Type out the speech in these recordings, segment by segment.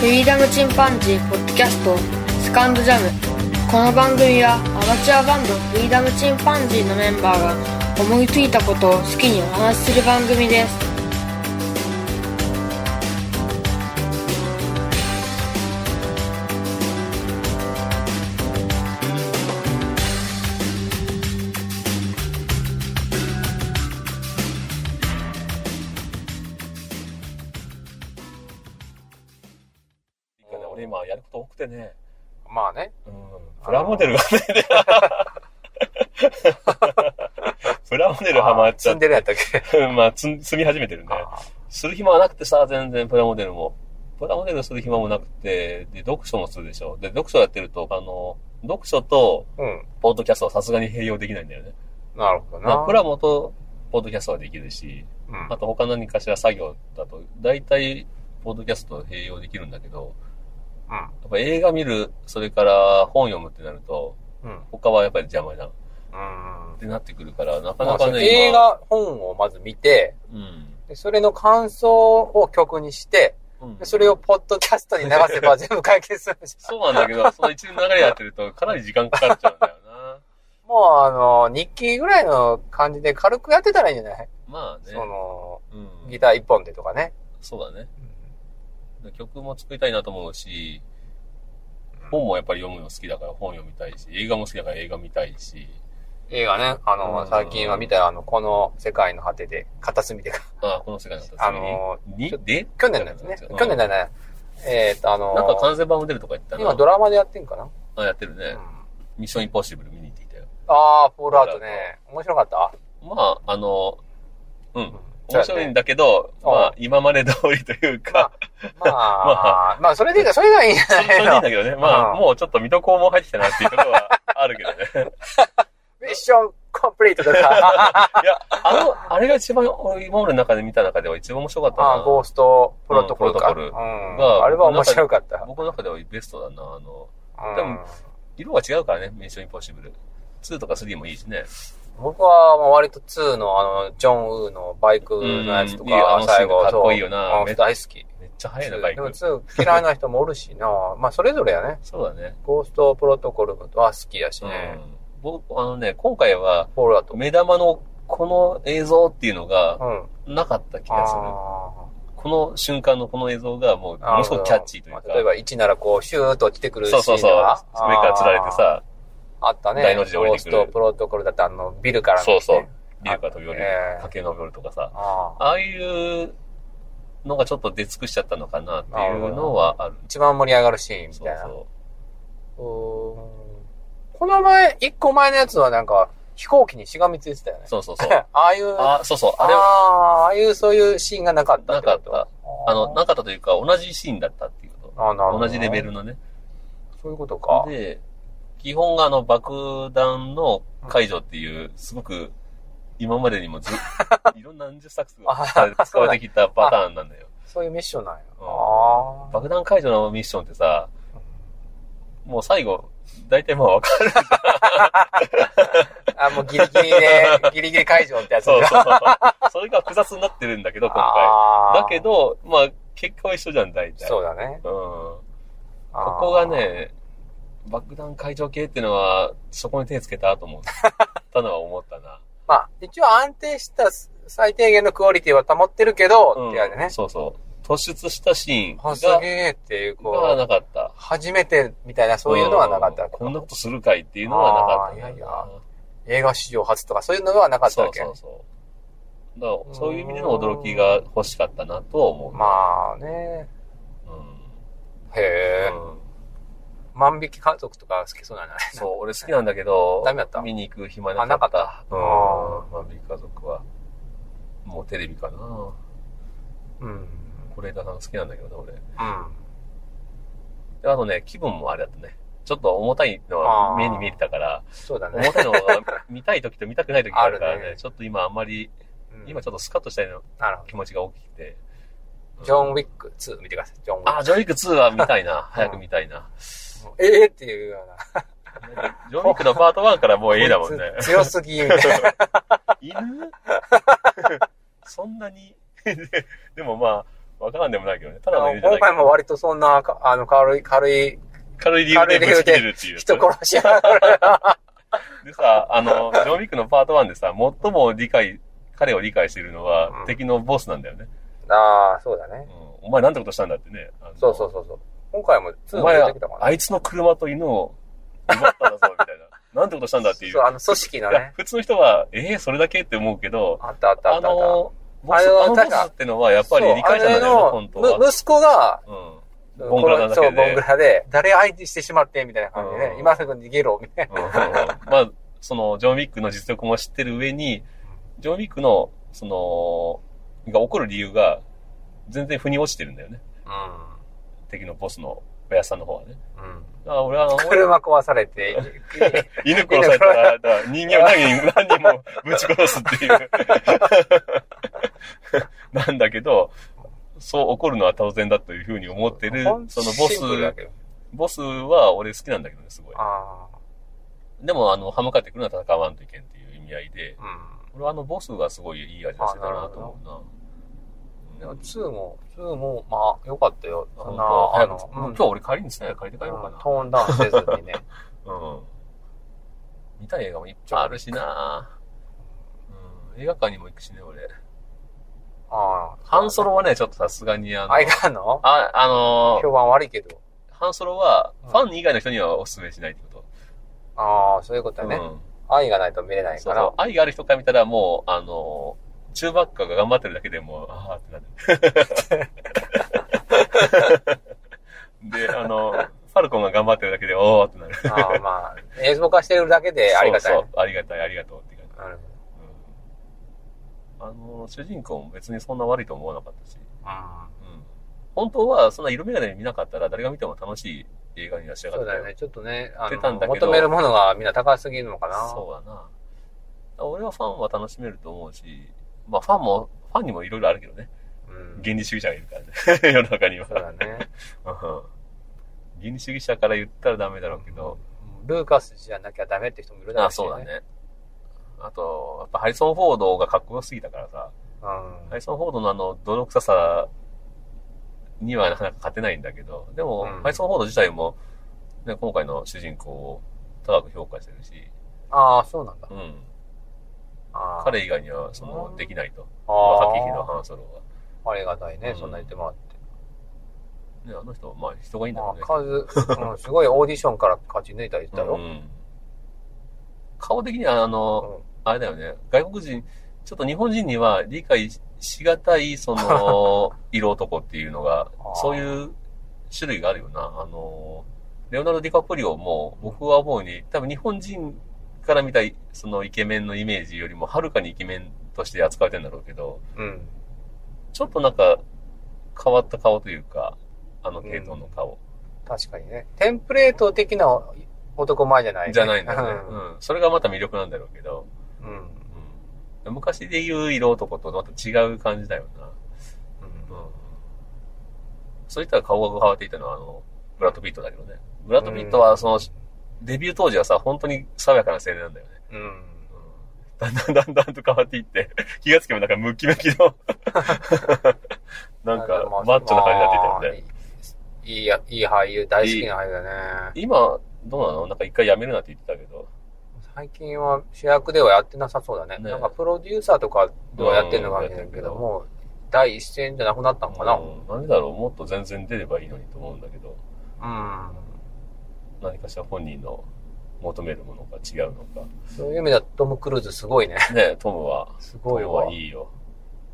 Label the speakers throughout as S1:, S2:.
S1: フリーダムチンパンジーポッドキャストスカンドジャムこの番組はアマチュアバンドフリーダムチンパンジーのメンバーが思いついたことを好きにお話しする番組です
S2: 俺今やること多くてね、
S3: まあね。
S2: うん、プラモデル がね、プラモデルハマっちゃ
S3: 積
S2: っ
S3: んでる やったっけ、
S2: て、まあ積積み始めてるね。
S3: あ
S2: する暇はなくてさ、全然プラモデルも。プラモデルする暇もなくて、で、読書もするでしょ。で、読書やってると、あの、読書と、
S3: ーうん。
S2: ポッドキャストはさすがに併用できないんだよね。
S3: なるほど
S2: ま
S3: な。
S2: あ、プラモと、ポッドキャストはできるし、
S3: うん
S2: あと他何かしら作業だと、大体、ポッドキャストと併用できるんだけど、やっぱ映画見る、それから本読むってなると、
S3: うん。うん。
S2: 他はやっぱり邪魔じゃん。っ
S3: うん。
S2: てなってくるから、なか
S3: ま
S2: な
S3: あそ
S2: か
S3: の
S2: ね、
S3: 映画、本をまず見て、
S2: 今、うん。
S3: でそれの感想を曲にして、
S2: うん
S3: でそれをポッドキャストに流 せば全部解決するじゃん。
S2: そうなんだけ ど、その一年の流れやってると、かなり時間かかっちゃうんだよな。
S3: もうあの、日記ぐらいの感じで軽くやってたらいいんじゃない
S2: まあね。
S3: その、
S2: うん、
S3: ギター一本でとかね。
S2: そうだね。曲も作りたいなと思うし、本もやっぱり読むの好きだから本読みたいし、映画も好きだから映画見たいし、
S3: 映画ね、あ
S2: う
S3: の
S2: ん、
S3: 最近は見たあの、この世界の果てで、片隅で、
S2: ああ、この世界の片
S3: あ
S2: 隅に。
S3: の、
S2: にで
S3: 去年のやつね。去年
S2: ね。
S3: だね。えーっと、あ
S2: う
S3: の
S2: ん、なんか完全版も出るとか言ったな
S3: 今ドラマでやってんかな、
S2: あやってる
S3: う
S2: ね
S3: ん。、
S2: ミッションインポッシブル見に行ってきたよ。
S3: ああ、フォールアウトね。面白かった
S2: まあ、あの、うん。面
S3: そうやね
S2: 白いんだけど、
S3: うん
S2: まあ、今まで通りというか、
S3: まあ、まあ、それでいいか、それがいいんじゃ
S2: それでいいん
S3: ない
S2: だ
S3: の
S2: けどね。まあ、
S3: うん
S2: もうちょっと水戸黄門入ってきたなっていうところはあるけどね。
S3: ミッションコンプリート とか、
S2: いや、あの、あれが一番、俺今までの中で見た中では一番面白かったな。
S3: あーゴーストプロトコルか。
S2: う
S3: うん
S2: プロトコ
S3: ん
S2: が
S3: あれは面白かった。
S2: 僕の中ではベストだな。あの、
S3: うん
S2: でも色が違うからね、ミッションインポッシブル。2とか3もいいしね。
S3: 僕はもう割と2のあの、ジョン・ウーのバイクのやつと
S2: うんいいよあ
S3: か
S2: の、
S3: 最後、
S2: シーンかっこいいよな
S3: そううん大好き。
S2: めっちゃ速いな、バイ
S3: でも
S2: ク。
S3: 2嫌いな人もおるしな。まあ、それぞれやね。
S2: そうだね。
S3: ゴーストプロトコルは好きやし
S2: うん
S3: ね。。
S2: 僕、あのね、今回は、
S3: フォールアウト。
S2: 目玉のこの映像っていうのが
S3: うん。
S2: なかった気
S3: あ
S2: がする。この瞬間のこの映像がもう、
S3: あ
S2: ものすごくキャッチーというか。
S3: 例えば1ならこう、シューッと落ちてくるシー
S2: そう
S3: ン
S2: そうそう。上
S3: が
S2: から釣られて、さ、
S3: あーあったね。
S2: 大の字で降りてくる
S3: ゴーストプロトコルだってあの、ビルからのね、
S2: そうそうビルから飛び降りる
S3: え、え
S2: 駆け上るとかさ。
S3: あー
S2: ああいうのがちょっと出尽くしちゃったのかなっていうのはある。
S3: 一番盛り上がるシーンみ
S2: そう
S3: たいな。
S2: そう
S3: ーんこの前、一個前のやつはなんか、飛行機にしがみついてたよね
S2: う。。そうそうそう。
S3: ああいう、あ
S2: あ、そうそう。あ
S3: あ
S2: れは、
S3: ーああいうそういうシーンがなかった
S2: な
S3: てこ
S2: かっ
S3: と
S2: た。あの、なかったというか、同じシーンだったっていうこ
S3: あーなるほ
S2: と。
S3: ど
S2: 同
S3: ね
S2: じレベルのね。
S3: そういうことか。
S2: で、基本があの爆弾の解除っていう、すごく今までにも ず、いろんな何十作
S3: あ
S2: が使われてきたパターンなんだよ。
S3: そういうミッションなんや。
S2: うん
S3: ああ。
S2: 爆弾解除のミッションってさ、もう最後、大体もうわかる。
S3: あ、もうギリギリで、ギリギリ会場ってやつ
S2: そう
S3: だ
S2: そうそう。 それが複雑になってるんだけど、今回。
S3: あー
S2: だけ、ど、まあ、結果は一緒じゃん、大体。
S3: そう
S2: う。
S3: だね。
S2: うん。こ
S3: あー
S2: こが、ね、爆弾解除系っていうのは、そこに手つけたと思ったのは思ったな。
S3: まあ、一応安定した最低限のクオリティは保ってるけど、
S2: うん
S3: ってやでね。
S2: そうそう。突出したシーンが
S3: あ、すげえっていう、
S2: が
S3: こう、
S2: なかった。
S3: 初めてみたいな、そういうのはなかった
S2: うん。こんなことするかいっていうのはなかったな。
S3: あーいやいや映画史上初とか、そういうのはなかった
S2: そ
S3: わ
S2: う
S3: け。
S2: そうそう。だからそういう意味での驚きが欲しかったなとは思う。
S3: まあね。
S2: うん
S3: へえ、
S2: うん
S3: 万引き家族とか好きそうなんだね。
S2: そう、俺好きなんだけど、
S3: ダメだった
S2: 見に行く暇。
S3: あなかった
S2: うん。
S3: あ
S2: まあ、ミ家族は。もうテレビかな。
S3: うん。うん。
S2: 是枝さん好きなんだけどな、俺。であとね、気分もあれだったね。ちょっと重たいの
S3: あ
S2: は
S3: ー
S2: 目に見えてたから、
S3: そうだね
S2: 重。たいのが見たい時と見たくない時があるから
S3: ある
S2: ね、
S3: ね
S2: ちょっと今あんまり、
S3: うん
S2: 今ちょっとスカッとしたいの
S3: なるほど。
S2: 気持ちが大きくて。
S3: ジョン・ウィック2見てください。ジョン・ウィッ
S2: あ、ジョンウィック2は見たいな。早く見たいな。
S3: ク。ええっていうような。
S2: ジョンウィックのパート1からもうええだ もんね。
S3: こいつ強すぎ、みたい な。
S2: 犬そんなに でもまあ、わからんでもないけどね。ただの犬じゃな
S3: 今
S2: いけど
S3: 回も割とそんな、かあの、軽い、軽い、
S2: 軽い理由でぶち切れる っていうやつ。
S3: 人殺しやがる。
S2: でさ、あの、ジョン・ウィックのパート1でさ、最も理解、彼を理解しているのは、
S3: うん
S2: 敵のボスなんだよね、
S3: ああ、そうだね
S2: うん。お前なんてことしたんだってね。あの
S3: そうそうそうそう。今回も2
S2: お
S3: も
S2: 前
S3: 出
S2: ら
S3: てきたか、な。
S2: あいつの車と犬を奪ったんだぞ、みたいな。なんてことしたんだっていう。
S3: そう、あの、組織の
S2: いや
S3: ね。
S2: 普通の人は、ええそれだけって思うけど、
S3: あったあったあ
S2: あ
S3: ったあった。
S2: の、ボ
S3: あ
S2: ス、
S3: れは
S2: あのボ
S3: 確
S2: ス
S3: か
S2: ってのは、やっぱり理解者なんだよね、本当
S3: そうあれのむ
S2: は。
S3: 息子が、
S2: うん。ボンクラなだけ
S3: そ
S2: で。
S3: う、ボングラで、誰相手してしまって、みたいな感じでね
S2: う、ん
S3: 今すぐ逃げろ、みたいな。
S2: うんうんうん まあ、その、ジョン・ウィックの実力も知ってる上に、ジョン・ウィックの、その、が起こる理由が、全然腑に落ちてるんだよね。敵のボスの親さんの方はね。
S3: うん。
S2: あ俺は、俺は
S3: 車壊さ れて、
S2: 犬殺されたら、だ人間を何人、何人もぶち殺すっていう。 なんだけど、そう起こるのは当然だというふうに思ってる、
S3: ほん
S2: そのボス
S3: シン、プルだけど
S2: ボスは俺好きなんだけどね、すごい。
S3: あ
S2: でも、あの、歯向かってくるのは戦わんといけんっていう意味合いで、
S3: あ、うん。
S2: 俺はあのボスがすごいいい味出してたなと思うな。
S3: い
S2: うん
S3: や、2も、2も、まあ、良かったよ。そんな、あ
S2: 早く
S3: の、
S2: もう
S3: うん
S2: 今日俺帰りにしないで帰って帰ろうか
S3: うん
S2: な。
S3: トーンダウンせずに ね。
S2: うん。見たい映画もいっぱいあるしなうん。映画館にも行くしね、俺。
S3: ああ。
S2: ハンソロはね、ちょっとさすがにあの、
S3: あ、いかんの
S2: あ、あのー
S3: 評判悪いけど。
S2: ハンソロは
S3: う
S2: フ
S3: ん
S2: ァン以外の人にはお勧めしないってこ
S3: ああ、そういうこと
S2: と。
S3: だね、
S2: うん。
S3: 愛がないと見れない
S2: そ
S3: か
S2: う
S3: ら。
S2: そう。愛がある人から見たらもう、あのー中ばっかが頑張ってるだけでもう、ああってなる。で、あのーファルコンが頑張ってるだけで、おーってなる。
S3: ああ、まあ、映像化してるだけでありがたい、ね。
S2: そうそう。ありがたい、ありがとうって感じ。
S3: なる
S2: うんあの、主人公も別にそんな悪いと思わなかったし、
S3: ほど
S2: うん。本当は、そんな色眼鏡見なかったら、誰が見ても楽しい映画には仕上が
S3: そ
S2: っ
S3: う
S2: た
S3: だ
S2: よ
S3: よね。ちょっとね、あ
S2: 出たん
S3: の、
S2: だけど
S3: 求めるものがみんな高すぎるのかな。
S2: そうだな。だから俺はファンは楽しめると思うし、まあファンも、ファンにもいろいろあるけどね。
S3: う。うん。
S2: 原理主義者がいるからね。世 の中には。
S3: そうだね。
S2: うん原理主義者から言ったらダメだろうけど。
S3: ルーカスじゃなきゃダメって人もいるだろ
S2: あ、
S3: うし、ね。
S2: そうだ。ね。あと、やっぱハリソン・フォードがかっこよすぎたからさ、
S3: うん。
S2: ハリソン・フォードのあの、泥臭さにはなかなか勝てないんだけど、でも、
S3: うん
S2: ハリソン・フォード自体も、ね、今回の主人公を高く評価してるし、
S3: ああ、そうなんだ
S2: う。ん。
S3: ああ
S2: 彼以外には、その、できないと。
S3: あ
S2: 若
S3: あ
S2: き日のハンソロは。
S3: ありがたいね、
S2: うん
S3: そんな言ってもらって。
S2: ね、あの人、まあ、人がいいんだ
S3: ま
S2: ろ
S3: あ、
S2: うね。
S3: 数、うん、すごいオーディションから勝ち抜いたりした
S2: う
S3: よ。
S2: ん顔的には、あの、
S3: うん
S2: あれだよね、外国人、ちょっと日本人には理解ししがたい、その、色男っていうのが
S3: あー、
S2: そういう種類があるよな。あの、レオナルド・ディカプリオも、僕は思うに、多分日本人から見たい、そのイケメンのイメージよりも、はるかにイケメンとして扱われてんだろうけど、
S3: うん。
S2: ちょっとなんか、変わった顔というか、あの系統の顔。
S3: 確かにね。テンプレート的な男前じゃない、
S2: じゃないんだよね。うん。それがまた魅力なんだろうけど、
S3: うん。うん。
S2: うん、昔で言う色男とまた違う感じだよな。
S3: うん
S2: そういったら顔が変わっていたのは、あの、ブラッド・ピットだけどね。ブラッド・ピットは、その、デビュー当時はさ、本当に爽やかな青年なんだよね。
S3: うん。
S2: だんだんだんだんと変わっていって、 気がつけばなんかムッキムキの、 なんか、マッチョな感じになっていたよね。
S3: いいいや、いい俳優、大好きな俳優だね。
S2: 今、どうなのなんか一回辞めるなって言ってたけど。
S3: 最近は主役ではやってなさそうだね。
S2: ね
S3: なんかプロデューサーとかではやってるのかもしれないけど、
S2: うん
S3: もう第一線じゃなくなったのかな。
S2: うんなんでだろうもっと全然出ればいいのにと思うんだけど、
S3: うん。
S2: 何かしら本人の求めるものが違うのか。
S3: そういう意味ではトム・クルーズすごいね。
S2: ねえトムは、
S3: す
S2: ト
S3: ごい
S2: ム
S3: わ
S2: は。いいよ。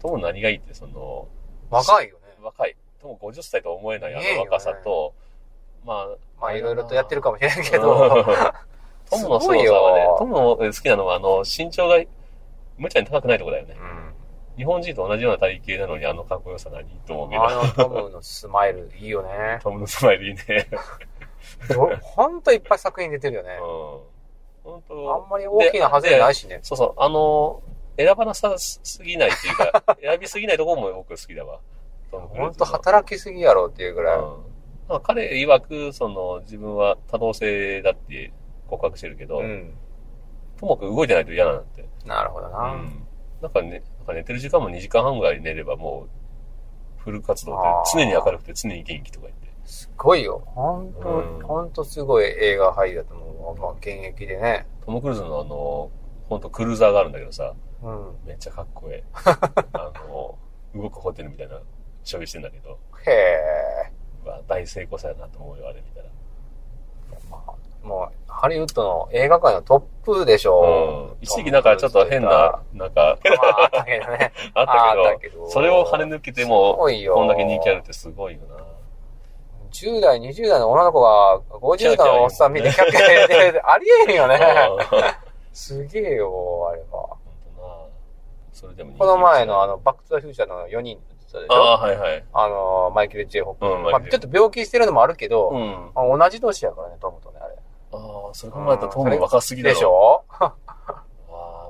S2: トム何がいいって、その、
S3: 若いよね。
S2: 若い。とも50歳とは思えないあ
S3: ねえよ
S2: の
S3: ね
S2: 若さと、まあ、
S3: まあいろいろとやってる
S2: か
S3: かもしれないけど。、
S2: トムの
S3: す
S2: 凄
S3: ごい
S2: さはね
S3: よ、
S2: トムの好きなのは、あの、身長が無茶に高くないとこだよね。
S3: う
S2: 日本人と同じような体型なのに、あのかっこよさ何と思うけ
S3: ん。あ
S2: ど、
S3: のトムのスマイル、いいよね。
S2: トムのスマイルいい ね。
S3: どほんといっぱい作品出てるよ
S2: う
S3: ね
S2: ん。。本
S3: あん
S2: 当
S3: まり大きな外れないしね。
S2: そうそう、あの、選ばなさすぎないっていう か、選びすぎないとこも僕好きだわ。トムクル
S3: ほ
S2: ー
S3: ん
S2: ズ
S3: と
S2: の
S3: 働きすぎやろっていうぐらい。
S2: うんまあ、彼曰く、その、自分は多動性だって告白してるけど、
S3: うん。
S2: ともかく動いてないと嫌なんだって。
S3: なるほど
S2: う
S3: な。
S2: ん。なんかね、なんか寝てる時間も2時間半ぐらい寝ればもう、フル活動で
S3: あー、
S2: 常に明るくて常に元気とか言って。
S3: すごいよ。ほん
S2: うん
S3: と、ほんとすごい映画俳優だと思うわ。まあ、現役でね。
S2: トム・クルーズのあの、ほんとクルーザーがあるんだけどさ、
S3: うん。
S2: めっちゃかっこ ええ。あの、動くホテルみたいな処理してんだけど、
S3: へえ。
S2: うわ大成功さやなと思うよ、あれ見たら。
S3: もう、ハリウッドの映画界のトップでしょ
S2: うん。。一時期なんかちょっと変な、なんか、
S3: まあ。あったけど ね。
S2: あったけ
S3: け
S2: ど、それを跳ね抜けても、こんだけ人気あるっ
S3: る。
S2: てすごいよな。
S3: 10代、20代の女の子が、50代のおっさん見て100円で、ありえ へんよね。
S2: うんほんとな
S3: すげえよ、あれは。
S2: それでも人気
S3: この前のあの、バックトゥザフューチャーの4人だったでし
S2: あ
S3: ょ
S2: あ、はいはい。
S3: あの、マイケル・ J ・ホップ。
S2: うんマイ
S3: ま
S2: ケ
S3: あ
S2: ル
S3: ちょっと病気してるのもあるけど、
S2: うん。
S3: まあ同じ年やからね、トムとね、あれ。
S2: ああ、それ考えたらトム若すぎだ
S3: で
S2: ろ。
S3: しょ
S2: ああ、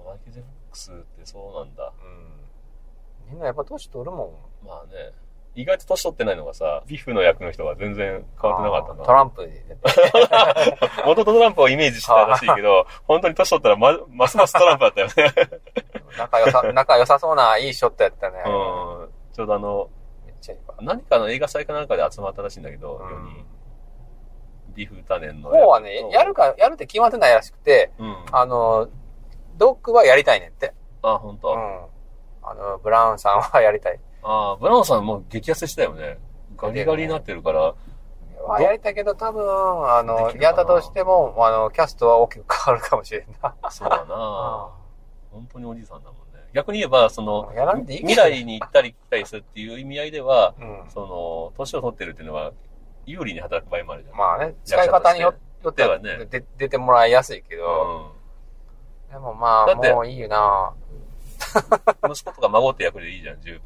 S2: マイケル・ジェフックスってそうなんだ。
S3: うん。みんなやっぱ年取るもん。
S2: まあね。意外と年取ってないのがさ、ビフの役の人が全然変わってなかった
S3: あート
S2: な。
S3: ランプにね。
S2: 元々トランプをイメージしてたらしいけ ど、本当に年取ったらま、ますますトランプだった よね。
S3: 仲良 さ、仲良さそうな、いいショットやったね。
S2: うん。ちょうどあの、
S3: めっちゃいいわ。
S2: 何かの映画祭かなんかで集まったらしいんだけど、
S3: うん
S2: 4人。ビフ多年の。
S3: こうはね、やる。か、やるって決まってないらしくて、
S2: うん。
S3: あの、ドックはやりたいねって。
S2: あ、本
S3: う
S2: 当。
S3: ん。あの、ブラウンさんはやりたい。
S2: ああ、ブラウンさんもう激痩せしたよね。ガリガリになってるから。
S3: はやりたいけど、多分、あの
S2: でき、るかな
S3: やったとしても、あの、キャストは大きく変わるかもしれん な。
S2: そうだな。本当におじいさんだもんね。逆に言えば、その、
S3: やらんでいいけ
S2: 未
S3: ど
S2: 来に行ったり来たりするっていう意味合いでは、
S3: うん。
S2: その、年を取ってるっていうのは、有利に働く場合もあるじゃん。
S3: まあね、使い方によよっては
S2: ではね
S3: で出てもらいやすいけど、でもまあ、
S2: だって
S3: もういいよな。
S2: うん。息子とか孫って役でいいじゃん、十分。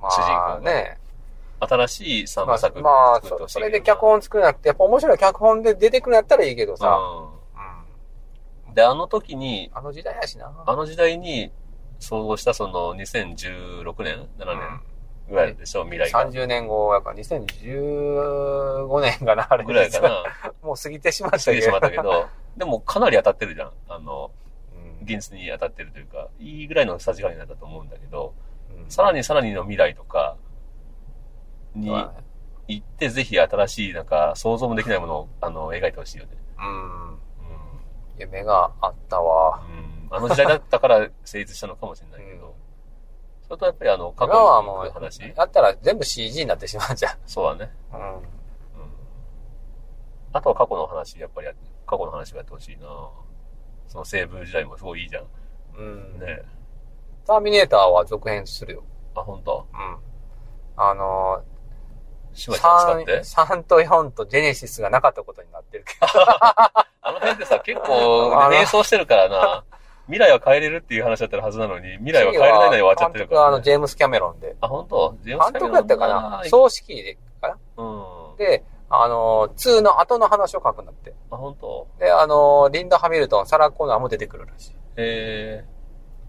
S3: ま
S2: 主人
S3: あ
S2: 公が
S3: ね、
S2: 新しい三部
S3: まあ、
S2: 作
S3: まあ
S2: 作って
S3: そ
S2: ほしい
S3: そ
S2: けどな
S3: れで脚本作れなくて、やっぱ面白い脚本で出てくるんやったらいいけどさ、うん
S2: うん。で、あの時に、
S3: あの時代やしな。
S2: あの時代に、想像したその2016年 ?7 年ぐらいでしょ、未来が。
S3: 30年後やから、2015年か な、あれ
S2: ぐらいかな。
S3: もう過ぎてしまった
S2: 過ぎ
S3: け
S2: てしま
S3: ど
S2: っ。たけど、でもかなり当たってるじゃん。あの、
S3: うん
S2: 現実に当たってるというか、いいぐらいのさじ加減だったと思うんだけど、
S3: うん
S2: さらにさらにの未来とかに
S3: まあね
S2: 行って、ぜひ新しい、なんか、想像もできないものを、あの、描いてほしいよね。
S3: うん
S2: う
S3: 夢があったわ。
S2: ん。あの時代だったから成立したのかもしれないけど。それとやっぱりあの、過去
S3: 今はも
S2: の話
S3: う、やったら全部 CG になってしまうじゃん。
S2: そうだね。
S3: うん
S2: うん。あとは過去の話、やっぱりや、過去の話をやってほしいなその西部時代もすごいいいじゃん。
S3: うん
S2: ね
S3: ターミネーターは続編するよ。
S2: あ、本当。
S3: うん。あの
S2: シ
S3: ー、
S2: マちゃん使って
S3: 3、。3と4とジェネシスがなかったことになってるけど。
S2: あの辺ってさ、結
S3: あ
S2: 構、
S3: の
S2: 迷走してるからな。未来は変えれるっていう話だったはずなのに、未来は変えれないのに終わっちゃってるか
S3: 監督は
S2: ら、
S3: あの、ジ
S2: ね。
S3: ェームス・キャメロンで。
S2: あ、本当監
S3: 監督だったかな葬式で、かな
S2: う。うん。
S3: で、あのー、2の後の話を書くんだって。
S2: あ、本当。
S3: で、あのー、リンダ・ハミルトン、サラ・コーナーも出てくるらしい。
S2: え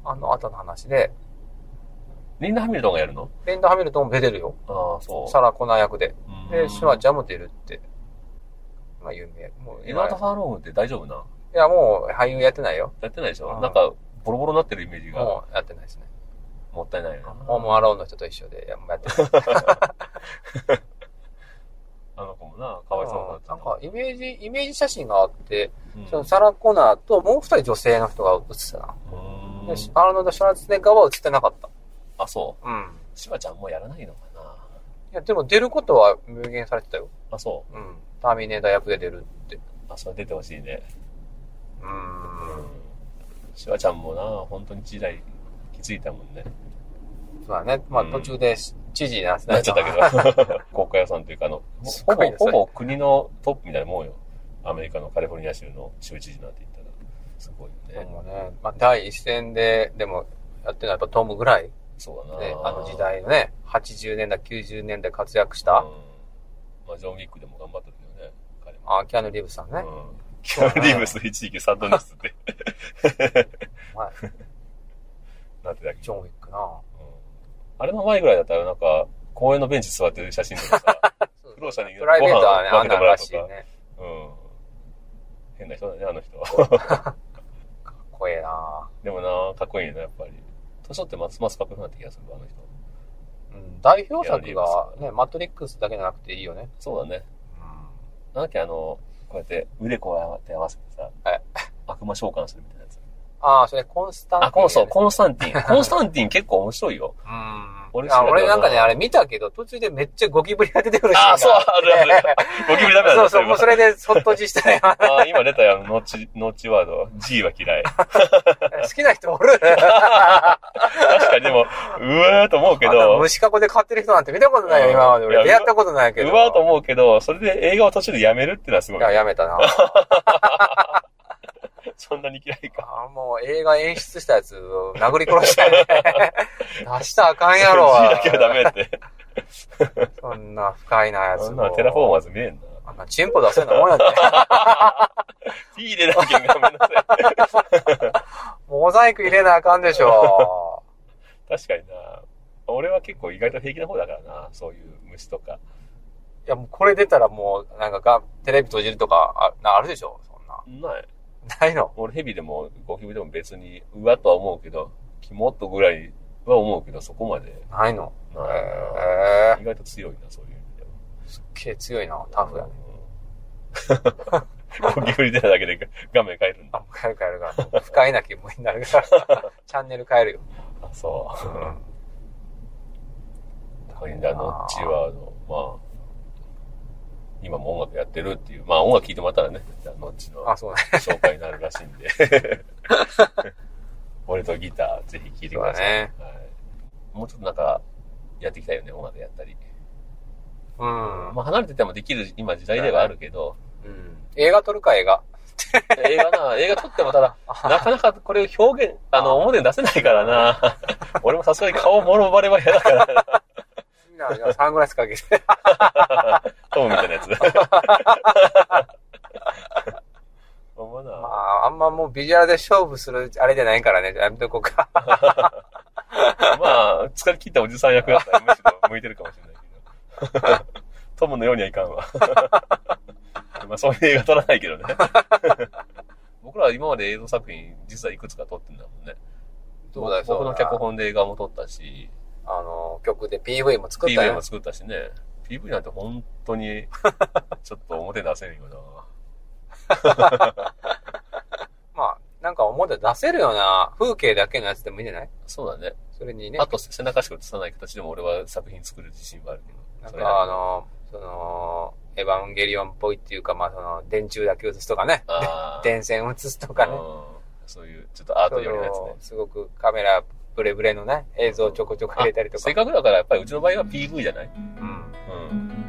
S3: あの後の話で、
S2: ー、リンダ・ハミルトンがやるの
S3: リンダ・ハミルトンも出てるよ。
S2: ああ、そう。
S3: サラ・コーナー役で。
S2: うん
S3: で、シュワちゃんも出るって。まあ、有名。もう
S2: エドワード・
S3: い
S2: ファーローグって大丈夫な
S3: や、もう俳優やってないよ。
S2: やってないでし
S3: う
S2: ょ
S3: ん
S2: なんか、ボロボロになってるイメージが、
S3: もうやってないですね。
S2: もったいないな。
S3: ホームアローンの人と一緒で、いやもうやってない。
S2: あの子もな、かわいそうになっちゃ
S3: な
S2: っ
S3: ん
S2: た
S3: か、イメージ、イメージ写真があって、
S2: うん
S3: そのサラ・コナーともう二人女性の人が写ってたな。
S2: う
S3: で
S2: ーん
S3: アーノルド・シュラツェネッガーは写ってなかった。
S2: あ、そう。
S3: うん。
S2: シュワちゃんもうやらないのかない
S3: や、でも出ることは明言されてたよ。
S2: あ、そ
S3: うん。ターミネーター役で出るって。
S2: う。あ、それ出てほしいね。
S3: う。
S2: うんん。シュワちゃんもな、本当に時代気づいたもんね。
S3: そうだね。まあ、
S2: うん
S3: 途中で知事になって
S2: なっちゃったけ
S3: ど。
S2: ど。国家予算というか、あの、
S3: す
S2: ほ
S3: ごい
S2: ぼ
S3: ね、そ
S2: ほ
S3: れ
S2: ぼ国のトップみたいなもんよ。アメリカのカリフォルニア州の州知事なんて言ったら。すごい
S3: で
S2: よね。
S3: もね、まあ、第一線で、でも、やってるのはやっぱトムぐらい、ね、
S2: そうだな、
S3: あの時代のね、80年代、90年代活躍した、
S2: うんまあ、ジョン・ウィックでも頑張ってるけどね、彼も。
S3: あキアヌ・リーブスさんね。
S2: うん。 キャン・リーブス一時期サンドニスって。
S3: はい
S2: なってたっけ
S3: ジョン・ウィック な
S2: うんあれの前ぐらいだったら、なんか、公園のベンチ座ってる写真とか さ、苦労者に
S3: プライベートはね、
S2: ご飯
S3: あ
S2: を
S3: ん
S2: 分けて
S3: なん
S2: もら
S3: ら
S2: うと
S3: しい
S2: か。
S3: ね。
S2: うん。変な人だね、あの人 は。
S3: 怖えな
S2: でもな、かっこいいよな、やっぱり。年取ってますますかっこよくなって気がするわ、あの人。
S3: うん代表作が、ね、マトリックスだけじゃなくていいよね。
S2: そうだね。
S3: う
S2: なんだっけ、あの、こうやって腕こうやって合わせてさ
S3: はい、
S2: 悪魔召喚するみたいなやつ。
S3: んああ、それコンスタンティン、
S2: あ、このそう、コンスタンテ ィン。コンスタンティン結構面白いよ。
S3: うん。あ
S2: 俺知らない
S3: 俺なんかね、あれ見たけど、途中でめっちゃゴキブリが出てくるシーンが
S2: あー、そう、あるある。ゴキブリダメだ
S3: そう
S2: ね
S3: そう、もうそれでそっとじしたね。好
S2: あー今出たよ、ノーチ、ノーチワード。G は嫌い。
S3: きな人おる
S2: 確かにでも、うわーと思うけ
S3: あんな
S2: ど、
S3: 虫かごで飼ってる人なんて見たことないよ、
S2: うん
S3: 今まで。
S2: い
S3: 俺
S2: や
S3: 出会ったことないけど。
S2: うわーと思うけど、それで映画を途中でやめるってのはすごい
S3: いや、。やめたな。
S2: そんなに嫌いか。
S3: あもう映画演出したやつを殴り殺したいね。 出したらあかんやろ。
S2: G だけはダメって。
S3: そんな深いなやつ
S2: そ
S3: を。
S2: んなテラフォーマーズ見えんな。
S3: あんなチンポ出せんのもんやで。
S2: P 入れなきゃごめんなさい。
S3: モザイク入れなあかんでしょ。
S2: 確かにな。俺は結構意外と平気な方だからな。そういう虫とか。
S3: いや、もうこれ出たらもう、なんかが、テレビ閉じるとか、あなあるでしょそんな。
S2: ない。
S3: ないの。
S2: 俺ヘビでもゴキブリでも別に、うわとは思うけど、キモっとぐらいは思うけど、そこまで
S3: ないの。
S2: ないな。
S3: へー
S2: 意外と強いな、そういう意味では。
S3: 毛強いな、タフやね。
S2: うん。ゴキブリ出ただけで画面変えるん
S3: あ、
S2: だ。
S3: もう変える変えるから。不快な気分になるから。チャンネル変えるよ。
S2: あ、そう。
S3: 大
S2: フ
S3: 変
S2: ン
S3: だ
S2: ダ
S3: な
S2: ノッチワード。まあ、今も音楽やってるっていう。まあ音楽聴いてもらったらね、じゃあノッチの
S3: あ、そうね。
S2: 紹介になるらしいんで。俺とギター、ぜひ聴いてください。はい、もうちょっとなんか、やっていきたいよね、音楽やったり。
S3: うん。
S2: まあ離れててもできる今時代ではあるけど、
S3: うん映画撮るか、映画。
S2: 映画な、映画撮ってもただ、なかなかこれを表現、あの、表に出せないからな。俺もさすがに顔もろばれは嫌だからな。
S3: みんながサングラスかけて。
S2: トムみたいなやつ。ほんま
S3: ま
S2: な。
S3: あ、あんまもうビジュアルで勝負するあれじゃないからね。やめとこうか。
S2: まあ、疲れ切ったおじさん役だったらむしろ向いてるかもしれないけど。トムのようにはいかん わ。まあ、そういう映画撮らないけどね。 僕らは今まで映像作品、実はいくつか撮ってんだもんね。
S3: そうだよ
S2: 僕の
S3: そうだよ
S2: 脚本で映画も撮ったし、
S3: あの、曲で PV も作った
S2: PV
S3: よ
S2: も。作ったしね。PV なんて本当 に、ちょっと表出せんよな。
S3: まあ、なんか思って出せるような風景だけのやつでもいいんじゃない
S2: そうだね。
S3: それにね。
S2: あと背中しか映さない形でも俺は作品作る自信はあるけど。
S3: なん
S2: それだけ
S3: かあの、その、エヴァンゲリオンっぽいっていうか、まあその、電柱だけ映すとかね。
S2: あー
S3: 電線映すとかね
S2: う。んそういう、ちょっとアート寄りのやつね。
S3: すごくカメラブレブレのね、映像をちょこちょこ入れたりと
S2: せ
S3: か
S2: っ。かくだからやっぱりうちの場合は PV じゃない。
S3: うん。
S2: うん。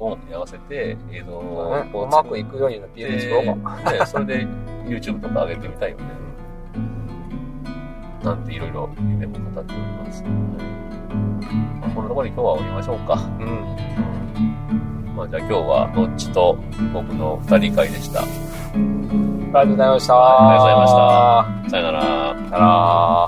S2: 音楽に合わせて映像
S3: そう
S2: を
S3: だね
S2: こ
S3: うま
S2: 作っ
S3: く
S2: て
S3: いくようになってる作ろうか。
S2: ね、それで YouTube とか上げてみたいよね。なんていろいろ夢も語っております。まあこのところに今日は終わりましょうか。
S3: うん。
S2: まあじゃあ今日はどっちと僕の二人会でした。
S3: ありがとうございました。。
S2: ありがとうございましたさよなら。
S3: さよなら。